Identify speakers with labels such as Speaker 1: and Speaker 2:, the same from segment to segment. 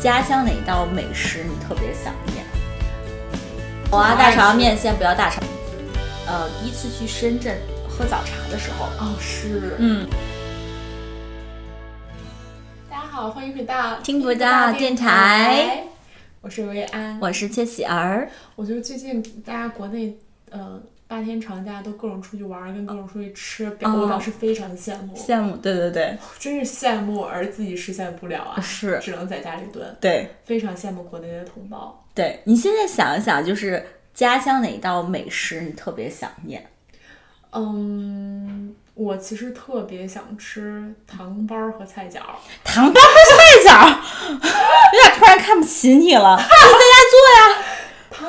Speaker 1: 家乡哪道美食你特别想念？我啊，大肠面先不要大肠。呃，第一次去深圳喝早茶的时候，
Speaker 2: 哦，是。
Speaker 1: 嗯，
Speaker 2: 大家好，欢迎回到
Speaker 1: 听不到电台，
Speaker 2: 我是维安。
Speaker 1: 我是切喜儿，
Speaker 2: 我觉得最近大家国内，呃，八天长假都各种出去玩儿，跟各种出去吃，表
Speaker 1: 哦
Speaker 2: 我表示非常的羡慕，
Speaker 1: 羡慕，对对对，
Speaker 2: 真是羡慕而自己实现不了啊，
Speaker 1: 是，
Speaker 2: 只能在家里蹲，
Speaker 1: 对
Speaker 2: 非常羡慕国内的同胞。
Speaker 1: 对。你现在想一想，就是家乡哪道美食你特别想念？
Speaker 2: 嗯，我其实特别想吃糖包儿和菜饺儿，
Speaker 1: 糖包和菜饺， 有点突然看不起你了。
Speaker 2: 糖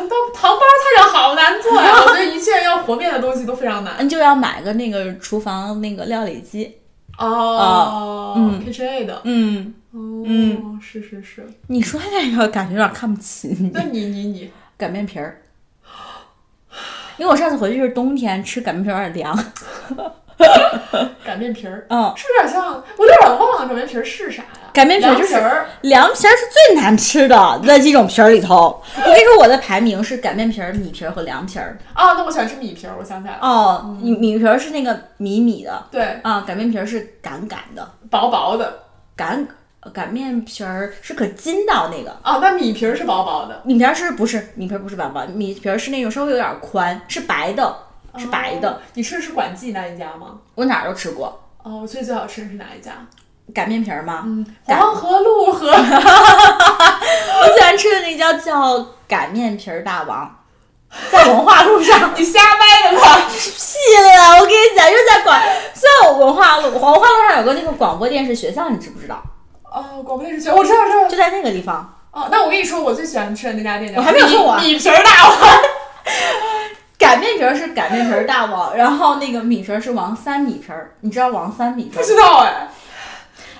Speaker 2: 包糖包儿菜饺好难做呀、我觉得一切要和面的东西都非常难。
Speaker 1: 嗯，就要买个那个厨房那个料理机。
Speaker 2: 哦，
Speaker 1: 嗯
Speaker 2: ，K J A 的，
Speaker 1: 嗯，
Speaker 2: 哦，
Speaker 1: 嗯
Speaker 2: 是是是。
Speaker 1: 你说这个感觉有点看不起你。
Speaker 2: 那你你你，
Speaker 1: 擀面皮儿，因为我上次回去是冬天，吃擀面皮儿有点凉。
Speaker 2: 擀面皮儿
Speaker 1: 嗯，
Speaker 2: 是不是有点像？我有点忘了擀面皮儿是啥呀、
Speaker 1: 擀面皮儿就是
Speaker 2: 凉皮儿
Speaker 1: 凉皮儿是最难吃的那几种皮儿里头。我跟你说，我的排名是擀面皮儿、米皮儿和凉皮儿。
Speaker 2: 啊，那我喜欢吃米皮儿，我想起来了，
Speaker 1: 哦，米米皮儿是那个米米的
Speaker 2: 对，
Speaker 1: 啊，擀面皮儿是擀擀的，
Speaker 2: 薄薄的
Speaker 1: 擀擀面皮儿是可筋道那个。
Speaker 2: 啊，那米皮儿是薄薄的，
Speaker 1: 米皮儿是不是米皮儿不是板板，米皮儿是那种稍微有点宽，是白的，是白的。
Speaker 2: 哦。你吃的是管记那一家吗？
Speaker 1: 我哪儿都吃过
Speaker 2: 哦，所以最好吃的是哪一家？
Speaker 1: 擀面皮儿吗？
Speaker 2: 嗯，
Speaker 1: 擀
Speaker 2: 黄河路和。
Speaker 1: 我喜欢吃的那家叫擀面皮儿大王，在文化路上
Speaker 2: 你瞎掰的吧？
Speaker 1: 屁了！我跟你讲，就在广，虽然我文化路文化路上有个那个广播电视学校，你知不知道？
Speaker 2: 哦，广播电视学，我知道知道。
Speaker 1: 就在那个地方，
Speaker 2: 哦，那我跟你说，我最喜欢吃的那家店叫
Speaker 1: 我还没有说完
Speaker 2: 米米皮儿大王。
Speaker 1: 擀面皮儿是擀面皮儿大王，然后那个米皮儿是王三米皮儿，你知道王三米皮
Speaker 2: 不
Speaker 1: 儿吗？
Speaker 2: 知道哎。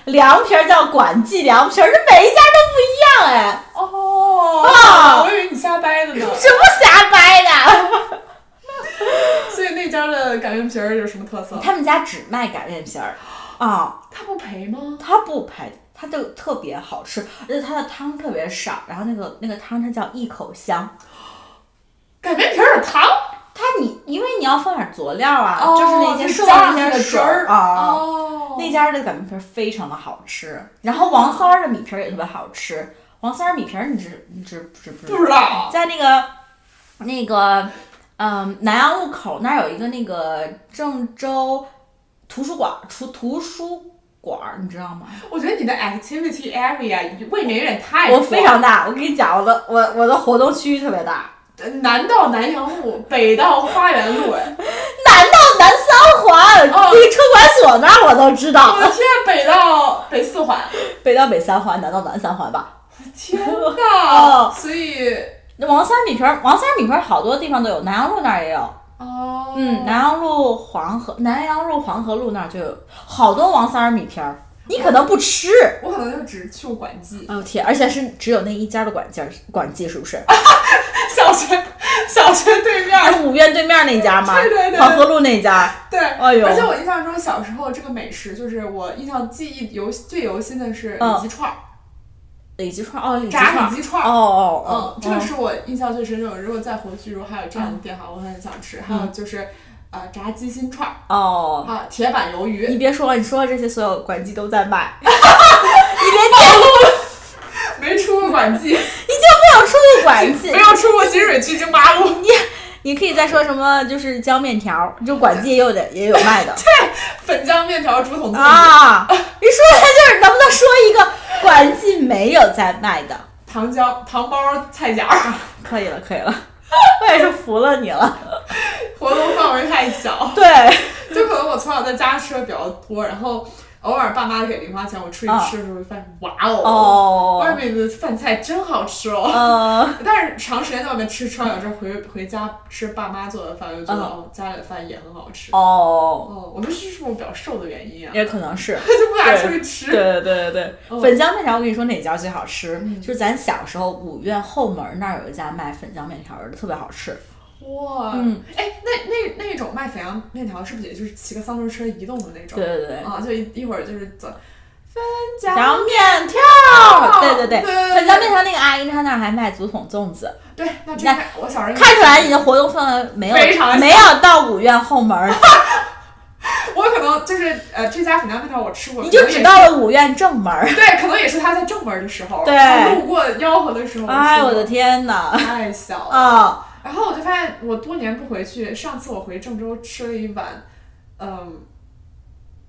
Speaker 1: 凉皮儿叫管记凉皮儿，这每一家都不一样哎，
Speaker 2: 哦，
Speaker 1: 啊
Speaker 2: 我以为你瞎掰 的呢。
Speaker 1: 什么瞎掰的？
Speaker 2: 所以那家的擀面皮儿有什么特色？
Speaker 1: 他们家只卖擀面皮儿，啊、
Speaker 2: 他不赔吗？
Speaker 1: 它不排，它就特别好吃，而且它的汤特别少，然后那个那个汤它叫一口香。
Speaker 2: 擀面皮儿有糖
Speaker 1: 它你因为你要放点佐料啊，
Speaker 2: 哦
Speaker 1: 就是那些
Speaker 2: 就
Speaker 1: 剩
Speaker 2: 加
Speaker 1: 下
Speaker 2: 上
Speaker 1: 些
Speaker 2: 那个
Speaker 1: 水
Speaker 2: 汁儿
Speaker 1: 啊。
Speaker 2: 哦
Speaker 1: 那家的擀面皮儿非常的好吃，然后王三儿的米皮儿也特别好吃。王三儿米皮儿你知你知不知不知
Speaker 2: 不知道。
Speaker 1: 在那个那个嗯南洋路口那儿有一个那个郑州图书馆图图书馆儿，你知道吗？
Speaker 2: 我觉得你的 activity area 未免有点太
Speaker 1: 我
Speaker 2: 广
Speaker 1: 非常大，我跟你讲，我的我我的活动区域特别大，
Speaker 2: 呃南到南阳路，北到花园路。哎，
Speaker 1: 南到南三环，
Speaker 2: 哦
Speaker 1: 那个车管所那儿我都知
Speaker 2: 我
Speaker 1: 道，
Speaker 2: 的天，北到北四环。
Speaker 1: 北到北三环，南到南三环吧。
Speaker 2: 天
Speaker 1: 哦
Speaker 2: 呐！所以
Speaker 1: 那王三米皮儿，王三米皮儿好多地方都有，南阳路那儿也有，
Speaker 2: 哦，
Speaker 1: 嗯，南阳路黄河，南阳路黄河路那儿就有好多王三米皮儿，你可能不吃。
Speaker 2: 我可能就只去过管记。
Speaker 1: 哦天，而且是只有那一家的管家管记是不是？
Speaker 2: 小学小学对面儿，
Speaker 1: 是五院对面那家吗？
Speaker 2: 对对对
Speaker 1: 黄河路那家。
Speaker 2: 对，
Speaker 1: 哎呦
Speaker 2: 而且我印象中小时候这个美食，就是我印象记忆犹最犹新的是
Speaker 1: 嗯
Speaker 2: 里脊串儿，
Speaker 1: 里脊串儿哦，里脊串
Speaker 2: 炸
Speaker 1: 儿
Speaker 2: 里脊串
Speaker 1: 哦
Speaker 2: 儿。
Speaker 1: 哦哦嗯
Speaker 2: 嗯，，这个是我印象最深的。如果再回去，如果还有这样的店哈，我很想吃。还有就是，呃，炸鸡心串儿
Speaker 1: 哦，
Speaker 2: 啊，铁板鱿鱼。
Speaker 1: 你别说了，你说的这些所有管机都在卖，你连店
Speaker 2: 没出 过管记，
Speaker 1: 你就没有出过 管记
Speaker 2: 没。有出过金水区京八路，
Speaker 1: 你可以再说什么，就是浇面条，就管记也有的，也有卖的
Speaker 2: 粉浆面条、竹筒子。
Speaker 1: 啊。你说的就是能不能说一个管记没有在卖的？
Speaker 2: 糖浆、糖包、菜夹儿，
Speaker 1: 可以了，可以了， 我也是服了你了。
Speaker 2: 活动范围太小，
Speaker 1: 对，
Speaker 2: 就可能我从小在家吃的比较多，然后偶尔爸妈给零花钱，我出去
Speaker 1: 啊
Speaker 2: 吃的时候就发现，哇哦，外
Speaker 1: 哦，
Speaker 2: 面的饭菜真好吃哦。
Speaker 1: 呃，
Speaker 2: 但是长时间在外面吃，吃完有时候回回家吃爸妈做的饭，就觉得、
Speaker 1: 嗯
Speaker 2: 哦，家里的饭也很好吃。
Speaker 1: 哦，
Speaker 2: 哦，我们是是我比较瘦的原因啊，
Speaker 1: 也可能是。
Speaker 2: 就不敢出去
Speaker 1: 对
Speaker 2: 吃。
Speaker 1: 对对对对，
Speaker 2: 嗯
Speaker 1: 粉浆面条，我跟你说哪家最好吃？就是咱小时候五院后门那儿有一家卖粉浆面条的，特别好吃。
Speaker 2: 哇，
Speaker 1: 嗯，
Speaker 2: 哎，那那那种卖粉羊面条是不是也就是骑个三轮车移动的那种？
Speaker 1: 对对对，
Speaker 2: 啊，就一一会儿就是走。粉
Speaker 1: 然
Speaker 2: 家
Speaker 1: 后面条哦，对对对，
Speaker 2: 对对对
Speaker 1: 粉桥面上那个阿姨，她那儿还卖竹筒粽子，
Speaker 2: 对，那这个我小时候应该
Speaker 1: 看出来你的活动氛围没有
Speaker 2: 非常
Speaker 1: 没有到五院后门 儿，
Speaker 2: 我可能就是呃，这家粉家面条我吃过，
Speaker 1: 你就
Speaker 2: 可能
Speaker 1: 只
Speaker 2: 也是
Speaker 1: 到了五院正门儿。
Speaker 2: 对，可能也是他在正门的时候，
Speaker 1: 对
Speaker 2: 他路过吆喝的时候，
Speaker 1: 哎，我的
Speaker 2: 天，
Speaker 1: 天哪！
Speaker 2: 太小了。
Speaker 1: 啊，
Speaker 2: 然后我就发现我多年不回去，上次我回郑州吃了一碗，嗯，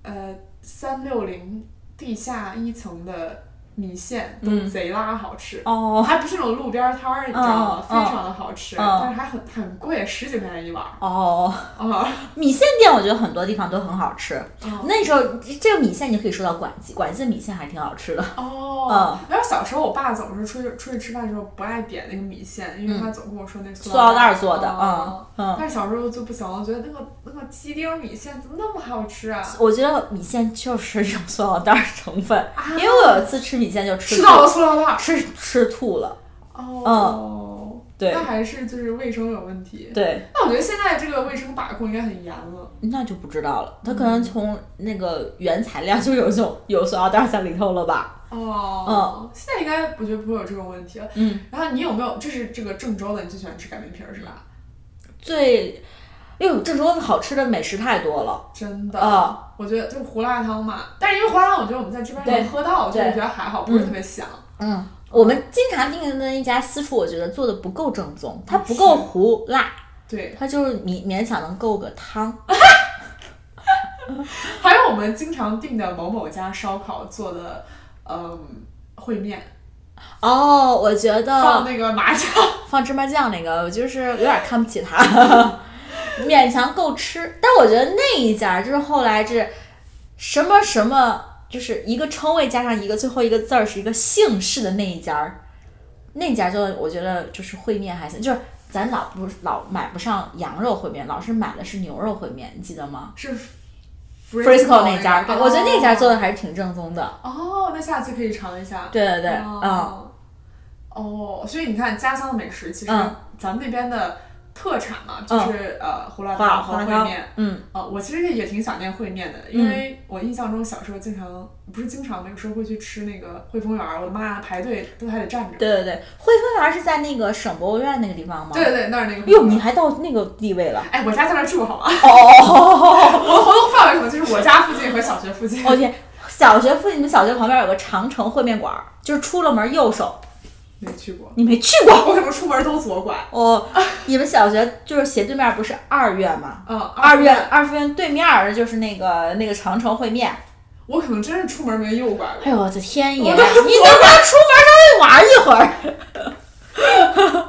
Speaker 2: 呃，三六零地下一层的米线，都
Speaker 1: 嗯
Speaker 2: 贼拉好吃。
Speaker 1: 哦
Speaker 2: 还不是那种路边儿摊儿，你知道吗？
Speaker 1: 嗯
Speaker 2: 非常的好吃，
Speaker 1: 嗯
Speaker 2: 但是还很很贵，十几块钱一碗儿
Speaker 1: 哦，
Speaker 2: 啊。
Speaker 1: 米线店我觉得很多地方都很好吃。
Speaker 2: 哦
Speaker 1: 那时候这个米线你就可以说到馆记，馆记的米线还挺好吃的。嗯
Speaker 2: 哦，然后小时候我爸总是出去出去吃饭的时候不爱点那个米线，因为他总跟我说那
Speaker 1: 嗯塑料袋
Speaker 2: 袋
Speaker 1: 儿做的，
Speaker 2: 哦
Speaker 1: 嗯嗯，
Speaker 2: 但是小时候就不行了，我觉得那个那个鸡丁米线怎么那么好吃啊？
Speaker 1: 嗯我觉得米线就是有塑料袋儿成分，
Speaker 2: 啊
Speaker 1: 因为我有一次吃米线就吃
Speaker 2: 吃
Speaker 1: 吐
Speaker 2: 到了塑料袋儿。
Speaker 1: 吃吃吐了，
Speaker 2: 哦，
Speaker 1: 对
Speaker 2: 那还是就是卫生有问题。
Speaker 1: 对，
Speaker 2: 那我觉得现在这个卫生把控应该很严了。
Speaker 1: 那就不知道了，它可能从那个原材料就有一种有塑料袋儿在里头了吧？
Speaker 2: 哦，现在应该我觉得不会有这种问题了。
Speaker 1: 嗯，
Speaker 2: 然后你有没有，这是这个郑州的，你最喜欢吃擀面皮儿是吧？
Speaker 1: 最，哎呦，郑州好吃的美食太多了。
Speaker 2: 真的，
Speaker 1: 啊
Speaker 2: 我觉得就是胡辣汤嘛，但是因为胡辣汤，我觉得我们在这边能
Speaker 1: 对
Speaker 2: 喝到，我就是
Speaker 1: 对
Speaker 2: 觉得还好，不是特别香。
Speaker 1: 嗯，我们经常订的那一家私厨，我觉得做的不够正宗，它不够糊辣，
Speaker 2: 对，
Speaker 1: 它就是勉勉强能够个汤。
Speaker 2: 还有我们经常订的某某家烧烤做的，嗯，烩面，
Speaker 1: 哦，我觉
Speaker 2: 放
Speaker 1: 得
Speaker 2: 那个麻酱，
Speaker 1: 放芝麻酱那个，我就是有点看不起它， 勉强够吃。但我觉得那一家就是后来是什么什么，就是一个称谓加上一个最后一个字儿是一个姓氏的那一家儿，那家就我觉得就是烩面还行，就是。咱老不老买不上羊肉烩面，老是买的是牛肉烩面，你记得吗？
Speaker 2: 是
Speaker 1: 嗯 Frisco 那家，
Speaker 2: 个
Speaker 1: 我觉得那家做的还是挺正宗的。
Speaker 2: 哦，那下次可以尝一下。
Speaker 1: 对对对，嗯，
Speaker 2: 哦，哦，所以你看家乡的美食，其实
Speaker 1: 嗯
Speaker 2: 咱们那边的特产嘛，就是呃胡辣汤和
Speaker 1: 胡辣
Speaker 2: 烩
Speaker 1: 汤
Speaker 2: 面。
Speaker 1: 嗯
Speaker 2: 啊、我其实也挺想念烩面的，因为我印象中小时候经常不是经常，那个时候会去吃那个汇丰园儿，我的妈呀，排队都还得站着。
Speaker 1: 对对对，汇丰园是在那个省博物院那个地方吗？
Speaker 2: 对。对对，那儿那个。
Speaker 1: 哟，哎你还到那个地位了！
Speaker 2: 哎，我家在那儿住好吗？
Speaker 1: 哦哦
Speaker 2: 我的活动范围什么？就是我家附近和小学附近。
Speaker 1: 哦天，小学附近，你们小学旁边有个长城烩面馆儿，就是出了门右手，
Speaker 2: 没去过，
Speaker 1: 你没去过？
Speaker 2: 我可能出门都左拐。
Speaker 1: 哦，你们小学就是斜对面不是二院吗？
Speaker 2: 嗯，
Speaker 1: 二院二院对面儿就是那个那个长城烩面。
Speaker 2: 我可能真是出门没右拐过。
Speaker 1: 哎呦我的天爷！你
Speaker 2: 我
Speaker 1: 能
Speaker 2: 都
Speaker 1: 不能出门稍微玩一会儿？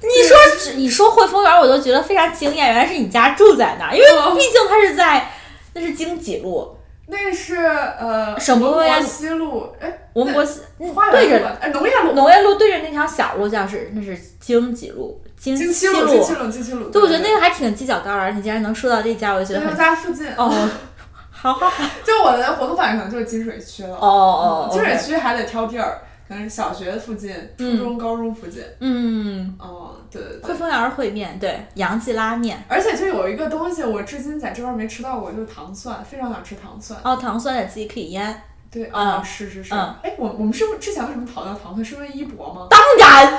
Speaker 1: 你说你说汇丰园，我都觉得非常惊艳，原来是你家住在那儿，因为
Speaker 2: 嗯
Speaker 1: 毕竟它是在那是经济路
Speaker 2: 那是呃，
Speaker 1: 省博物
Speaker 2: 文
Speaker 1: 院
Speaker 2: 博西路，哎，
Speaker 1: 文博西
Speaker 2: 花园
Speaker 1: 嗯对
Speaker 2: 路
Speaker 1: 着
Speaker 2: 吧，哎，农业路，
Speaker 1: 农业路对着那条小路叫是那是经济路经
Speaker 2: 金
Speaker 1: 西
Speaker 2: 七路，金七路，金七路。
Speaker 1: 对，我觉得那个还挺犄角旮旯，你竟然能说到这家，我就觉
Speaker 2: 对
Speaker 1: 得很
Speaker 2: 对就啊家附近。
Speaker 1: 哦，好好好
Speaker 2: 就我的活动范围可能就是金水区了。
Speaker 1: 哦
Speaker 2: 嗯
Speaker 1: 哦，
Speaker 2: 金水
Speaker 1: OK
Speaker 2: 区还得挑地儿，可能是小学附近、初中、高中附近。
Speaker 1: 嗯，
Speaker 2: 哦，对对
Speaker 1: 汇
Speaker 2: 对。
Speaker 1: 丰园儿烩面对杨记拉面。
Speaker 2: 而且就有一个东西，我至今在这边没吃到过，就是糖蒜，非常想吃糖蒜。
Speaker 1: 哦，糖蒜也自己可以腌，
Speaker 2: 对，
Speaker 1: 嗯
Speaker 2: 哦，是是是。
Speaker 1: 嗯
Speaker 2: 哎，我我们是不是之前为什么讨论糖蒜？是因为一博吗？
Speaker 1: 当然，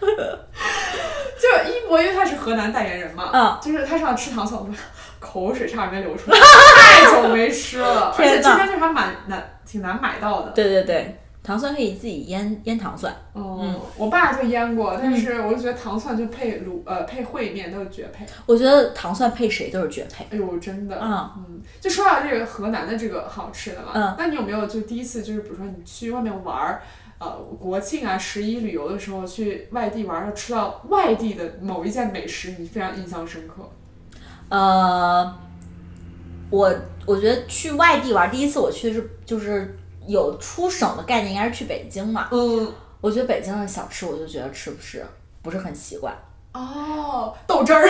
Speaker 2: 就是一博，因为他是河南代言人嘛，
Speaker 1: 嗯
Speaker 2: 就是他上吃糖蒜，我 口水差点没流 出来，太久没吃了，而且
Speaker 1: 天
Speaker 2: 这
Speaker 1: 哪
Speaker 2: 边就是还蛮难，挺难买到的。
Speaker 1: 对对对，糖蒜可以自己腌腌糖蒜，
Speaker 2: 哦、
Speaker 1: 嗯
Speaker 2: 我爸就腌过，但是我就觉得糖蒜就配卤呃配烩面都是绝配。
Speaker 1: 我觉得糖蒜配谁都是绝配。
Speaker 2: 哎呦，真的，
Speaker 1: 嗯
Speaker 2: 嗯，就说到这个河南的这个好吃的嘛，
Speaker 1: 嗯
Speaker 2: 那你有没有就第一次就是比如说你去外面玩儿，呃，国庆啊、十一旅游的时候去外地玩儿，吃到外地的某一件美食，你非常印象深刻？
Speaker 1: 呃，我我觉得去外地玩，第一次我去是就是有出省的概念，应该是去北京嘛。
Speaker 2: 嗯，
Speaker 1: 我觉得北京的小吃，我就觉得吃不是不是很习惯，
Speaker 2: 哦，豆汁儿，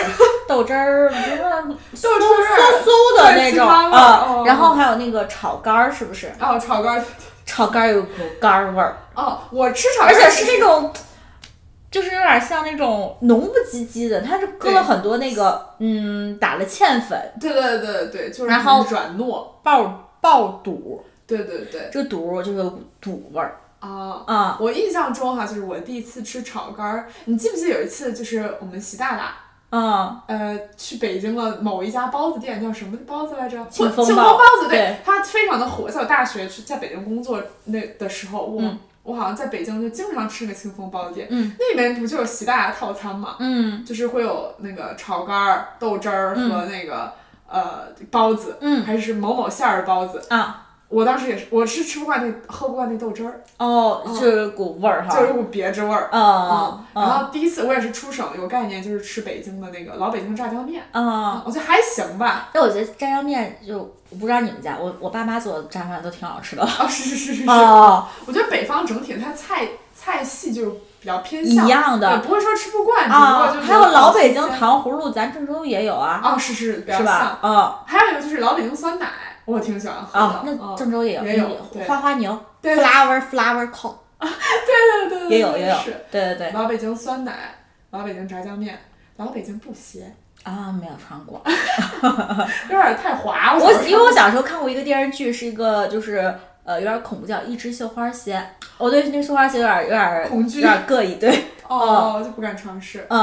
Speaker 1: 豆汁儿，什 么
Speaker 2: 豆汁
Speaker 1: 嗖
Speaker 2: 儿，
Speaker 1: 嗖的
Speaker 2: 对
Speaker 1: 那
Speaker 2: 糍
Speaker 1: 种
Speaker 2: 粑味儿
Speaker 1: 啊
Speaker 2: 哦，
Speaker 1: 然后还有那个炒肝儿，是不是？
Speaker 2: 哦，炒肝儿，
Speaker 1: 炒肝儿有股肝儿味儿。
Speaker 2: 哦，我吃炒肝
Speaker 1: 而
Speaker 2: 儿，
Speaker 1: 且是那种，就是有点像那种浓不唧唧的，它是搁了
Speaker 2: 对
Speaker 1: 很多那个嗯打了芡粉
Speaker 2: 对对对对，就是
Speaker 1: 然后
Speaker 2: 软糯，
Speaker 1: 爆爆肚，
Speaker 2: 对对对，
Speaker 1: 这个肚就是有股肚味儿。
Speaker 2: 啊。
Speaker 1: 啊，
Speaker 2: 我印象中哈，就是我第一次吃炒肝儿，你记不记得有一次就是我们习大大
Speaker 1: 嗯，
Speaker 2: 呃，去北京了某一家包子店，叫什么包子来着？
Speaker 1: 庆丰
Speaker 2: 丰
Speaker 1: 包
Speaker 2: 包子，
Speaker 1: 对
Speaker 2: 对，它非常的火。在我大学去在北京工作那的时候，我、我好像在北京就经常吃那个庆丰包子店，
Speaker 1: 嗯，
Speaker 2: 那里面不就有习大大套餐嘛，
Speaker 1: 嗯，
Speaker 2: 就是会有那个炒肝儿、豆汁儿和那个、呃包子，
Speaker 1: 嗯
Speaker 2: 还是某某馅儿包子。
Speaker 1: 啊，
Speaker 2: 我当时也是，我是吃不惯那喝不惯那豆汁儿，
Speaker 1: 哦，就是股味儿哈，
Speaker 2: 就是有股别致味儿。
Speaker 1: 嗯
Speaker 2: 然后第一次我也是出省有概念，就是吃北京的那个老北京炸酱面，
Speaker 1: 嗯，
Speaker 2: 我觉得还行吧。
Speaker 1: 但我觉得炸酱面就我不知道你们家，我我爸妈做的炸酱面都挺好吃的。
Speaker 2: 啊，是是是是是，
Speaker 1: 哦，
Speaker 2: 我觉得北方整体它菜菜系就比较偏
Speaker 1: 一
Speaker 2: 向，
Speaker 1: 样
Speaker 2: 也
Speaker 1: 的
Speaker 2: 不会说吃不惯，只不过
Speaker 1: 啊，
Speaker 2: 就是
Speaker 1: 还有老北京
Speaker 2: 新鲜
Speaker 1: 糖葫芦，咱郑州也有啊，
Speaker 2: 啊，是是比较
Speaker 1: 是
Speaker 2: 像。
Speaker 1: 吧？啊
Speaker 2: 还有一个就是老北京酸奶，我挺喜欢喝的。
Speaker 1: 啊，那
Speaker 2: 嗯
Speaker 1: 郑州也
Speaker 2: 也有对
Speaker 1: 花花牛
Speaker 2: 对对
Speaker 1: ，flower flower c o
Speaker 2: 对对对，
Speaker 1: 也有也有
Speaker 2: 是，
Speaker 1: 对对对
Speaker 2: 老北京酸奶，老北京炸酱面。老北京布鞋
Speaker 1: 啊，没有穿过。
Speaker 2: 有点太滑，
Speaker 1: 我
Speaker 2: 哎小时候
Speaker 1: 因为我小时候看过一个电视剧，是一个就是呃有点恐怖，叫《一只绣花鞋》。我对那绣花鞋有点有点
Speaker 2: 恐惧
Speaker 1: 有点膈应。 对，
Speaker 2: 哦就不敢尝试。
Speaker 1: 嗯，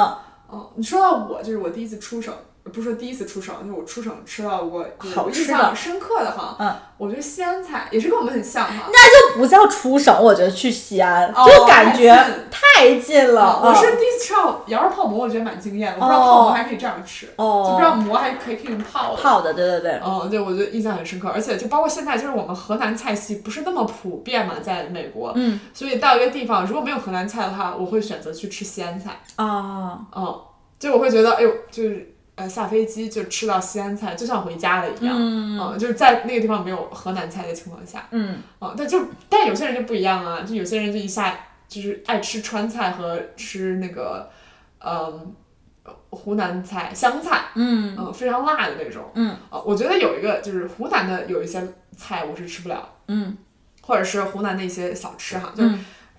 Speaker 2: 哦，你说到我，就是我第一次出省，不是说第一次出省，就是我出省吃到过就是
Speaker 1: 好
Speaker 2: 我印
Speaker 1: 吃的
Speaker 2: 象深刻的哈。
Speaker 1: 嗯，
Speaker 2: 我觉得西安菜也是跟我们很像哈。
Speaker 1: 那就不叫出省，我觉得去西安
Speaker 2: 哦
Speaker 1: 就感觉
Speaker 2: 还是
Speaker 1: 太近了。
Speaker 2: 哦我是
Speaker 1: 嗯
Speaker 2: 第一次吃到羊肉泡馍，我觉得蛮惊艳的。我不知道泡馍还可以这样吃，就不知
Speaker 1: 哦，
Speaker 2: 道馍还可以可以用泡的。
Speaker 1: 泡的，对对对，
Speaker 2: 嗯，对，我觉得印象很深刻，而且就包括现在，就是我们河南菜系不是那么普遍嘛，在美国，
Speaker 1: 嗯，
Speaker 2: 所以到一个地方如果没有河南菜的话，我会选择去吃西安菜，
Speaker 1: 啊，
Speaker 2: 嗯，就我会觉得，哎呦，就是呃下飞机就吃到西安菜，就像回家了一样，嗯就是在那个地方没有河南菜的情况下，
Speaker 1: 嗯，
Speaker 2: 嗯，但就但有些人就不一样啊，就有些人就一下就是爱吃川菜和吃那个，嗯，湖南菜、湘菜，
Speaker 1: 嗯
Speaker 2: 嗯，非常辣的那种，
Speaker 1: 嗯，
Speaker 2: 啊，我觉得有一个就是湖南的有一些菜我是吃不了，
Speaker 1: 嗯，
Speaker 2: 或者是湖南的一些小吃哈，就是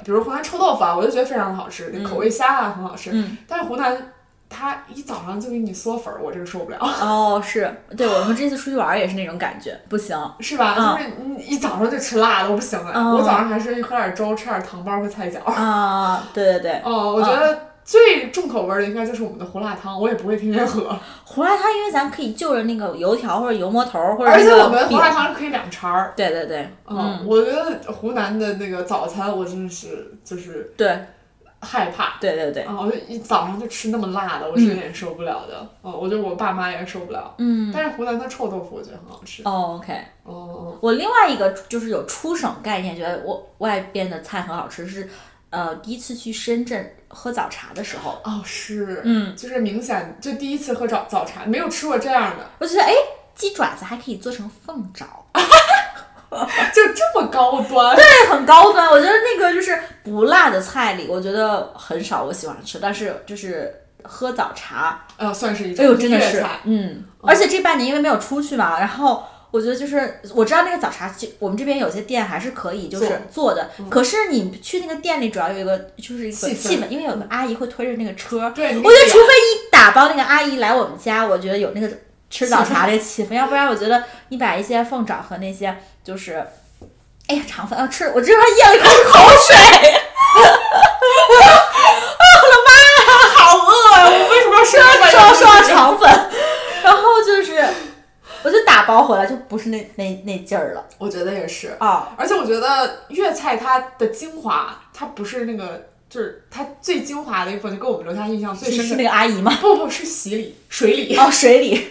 Speaker 2: 比如湖南臭豆腐啊，我就觉得非常好吃，那口味虾啊很好吃，
Speaker 1: 嗯
Speaker 2: 但是湖南它一早上就给你嗦粉儿，我这个受不 了，
Speaker 1: 哦，是对，我们这次出去玩儿也是那种感觉，不行，
Speaker 2: 是吧？就是你一早上就吃辣的，我不行了，
Speaker 1: 嗯
Speaker 2: 我早上还是喝点粥，吃点糖包和菜饺。
Speaker 1: 啊，对对对，
Speaker 2: 哦，我觉得最重口味儿的应该就是我们的胡辣汤，我也不会天天喝。
Speaker 1: 胡辣汤，因为咱可以就着那个油条或者油馍头 儿或者
Speaker 2: 而且
Speaker 1: 那个
Speaker 2: 我们胡
Speaker 1: 饼
Speaker 2: 辣汤是可以两茬儿。
Speaker 1: 对对对，
Speaker 2: 嗯，我觉得湖南的那个早餐，我真的是就是
Speaker 1: 对
Speaker 2: 害怕。
Speaker 1: 对对对，
Speaker 2: 啊，我就一早上就吃那么辣的，我是有点受不了的。哦、我觉得我爸妈也受不了。
Speaker 1: 嗯，
Speaker 2: 但是湖南的臭豆腐我觉得很好吃。
Speaker 1: 哦，OK。
Speaker 2: 哦哦
Speaker 1: 我另外一个就是有出省概念，觉得我外边的菜很好吃，是呃第一次去深圳喝早茶的时候，
Speaker 2: 哦，是，
Speaker 1: 嗯，
Speaker 2: 就是明显就第一次喝早早茶，没有吃过这样的，
Speaker 1: 我觉得哎，鸡爪子还可以做成凤爪，
Speaker 2: 就这么高端。
Speaker 1: 对，很高端。我觉得那个就是不辣的菜里，我觉得很少我喜欢吃，但是就是。喝早茶，
Speaker 2: 呃，算是一
Speaker 1: 哎
Speaker 2: 种
Speaker 1: 呦，真的
Speaker 2: 粤
Speaker 1: 是
Speaker 2: 菜，
Speaker 1: 嗯，而且这半年因为没有出去嘛，然后我觉得就是我知道那个早茶，其我们这边有些店还是可以就是做的，可是你去那个店里主要有一个就是一个
Speaker 2: 气氛
Speaker 1: 气氛，嗯因为有个阿姨会推着那个车，
Speaker 2: 对，你
Speaker 1: 我觉
Speaker 2: 可
Speaker 1: 得
Speaker 2: 以
Speaker 1: 除非你打包那个阿姨来我们家，我觉得有那个吃早茶的 气氛，要不然我觉得你把一些凤爪和那些就是，哎呀肠粉要吃，我这边咽了一口口水，我的妈呀，好饿啊！
Speaker 2: 为什么要 说
Speaker 1: 说到说到肠 粉，然后就是。我就打包回来，就不是那那那劲儿了
Speaker 2: 我觉得也是，
Speaker 1: 啊、
Speaker 2: 而且我觉得粤菜它的精华，它不是那个，就是它最精华的一部分，就给我们留下印象最
Speaker 1: 是是
Speaker 2: 深
Speaker 1: 那
Speaker 2: 的。
Speaker 1: 个阿姨吗？
Speaker 2: 不不是洗礼，水礼
Speaker 1: 哦，水 里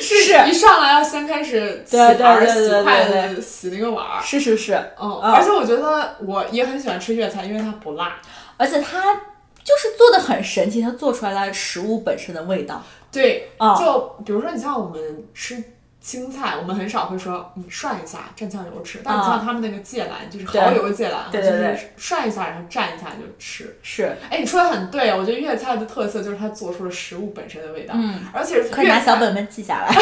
Speaker 1: 是
Speaker 2: 一上来要先开始洗
Speaker 1: 对对
Speaker 2: 盘儿、
Speaker 1: 对对
Speaker 2: 洗筷
Speaker 1: 对
Speaker 2: 子、洗那个碗儿。
Speaker 1: 是是是，
Speaker 2: 嗯，
Speaker 1: 嗯
Speaker 2: 而且我觉得我也很喜欢吃粤菜，因为它不辣。
Speaker 1: 而且它就是做的很神奇，它做出来的食物本身的味道
Speaker 2: 对，
Speaker 1: 啊、
Speaker 2: 就比如说你像我们吃青菜，我们很少会说你涮一下蘸酱油吃，但你
Speaker 1: 啊
Speaker 2: 像他们那个芥兰，就是
Speaker 1: 对
Speaker 2: 蚝油芥兰，啊
Speaker 1: 对
Speaker 2: 就
Speaker 1: 对
Speaker 2: 是
Speaker 1: 对
Speaker 2: 涮一下然后蘸一下就吃。
Speaker 1: 是
Speaker 2: 哎，你说的很对，我觉得粤菜的特色就是它做出了食物本身的味道，
Speaker 1: 嗯，
Speaker 2: 而且
Speaker 1: 快拿
Speaker 2: 粤
Speaker 1: 小
Speaker 2: 菜，
Speaker 1: 本本记下来。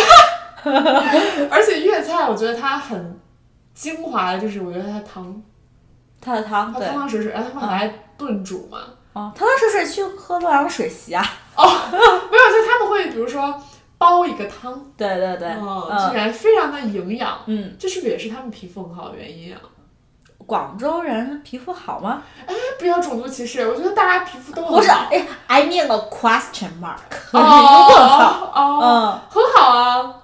Speaker 2: 而且粤菜我觉得它很精华的，就是我觉得它汤，
Speaker 1: 它的汤
Speaker 2: 它
Speaker 1: 对
Speaker 2: 哦
Speaker 1: 嗯
Speaker 2: 汤汤水水，哎然后他们来炖煮嘛，
Speaker 1: 哦，汤汤水水去喝洛阳水席啊，
Speaker 2: 没有，就他们会比如说煲一个汤，
Speaker 1: 对对对，
Speaker 2: 嗯，
Speaker 1: 嗯
Speaker 2: 居然非常的营养，
Speaker 1: 嗯，
Speaker 2: 这是不是也是他们皮肤很好的原因啊？
Speaker 1: 广州人皮肤好吗？
Speaker 2: 哦不要种族歧视，我觉得大家皮肤都很
Speaker 1: 不是，
Speaker 2: 好
Speaker 1: 哎，I mean a question mark，
Speaker 2: 哦
Speaker 1: 问号。
Speaker 2: 哦哦，
Speaker 1: 嗯，
Speaker 2: 很好啊。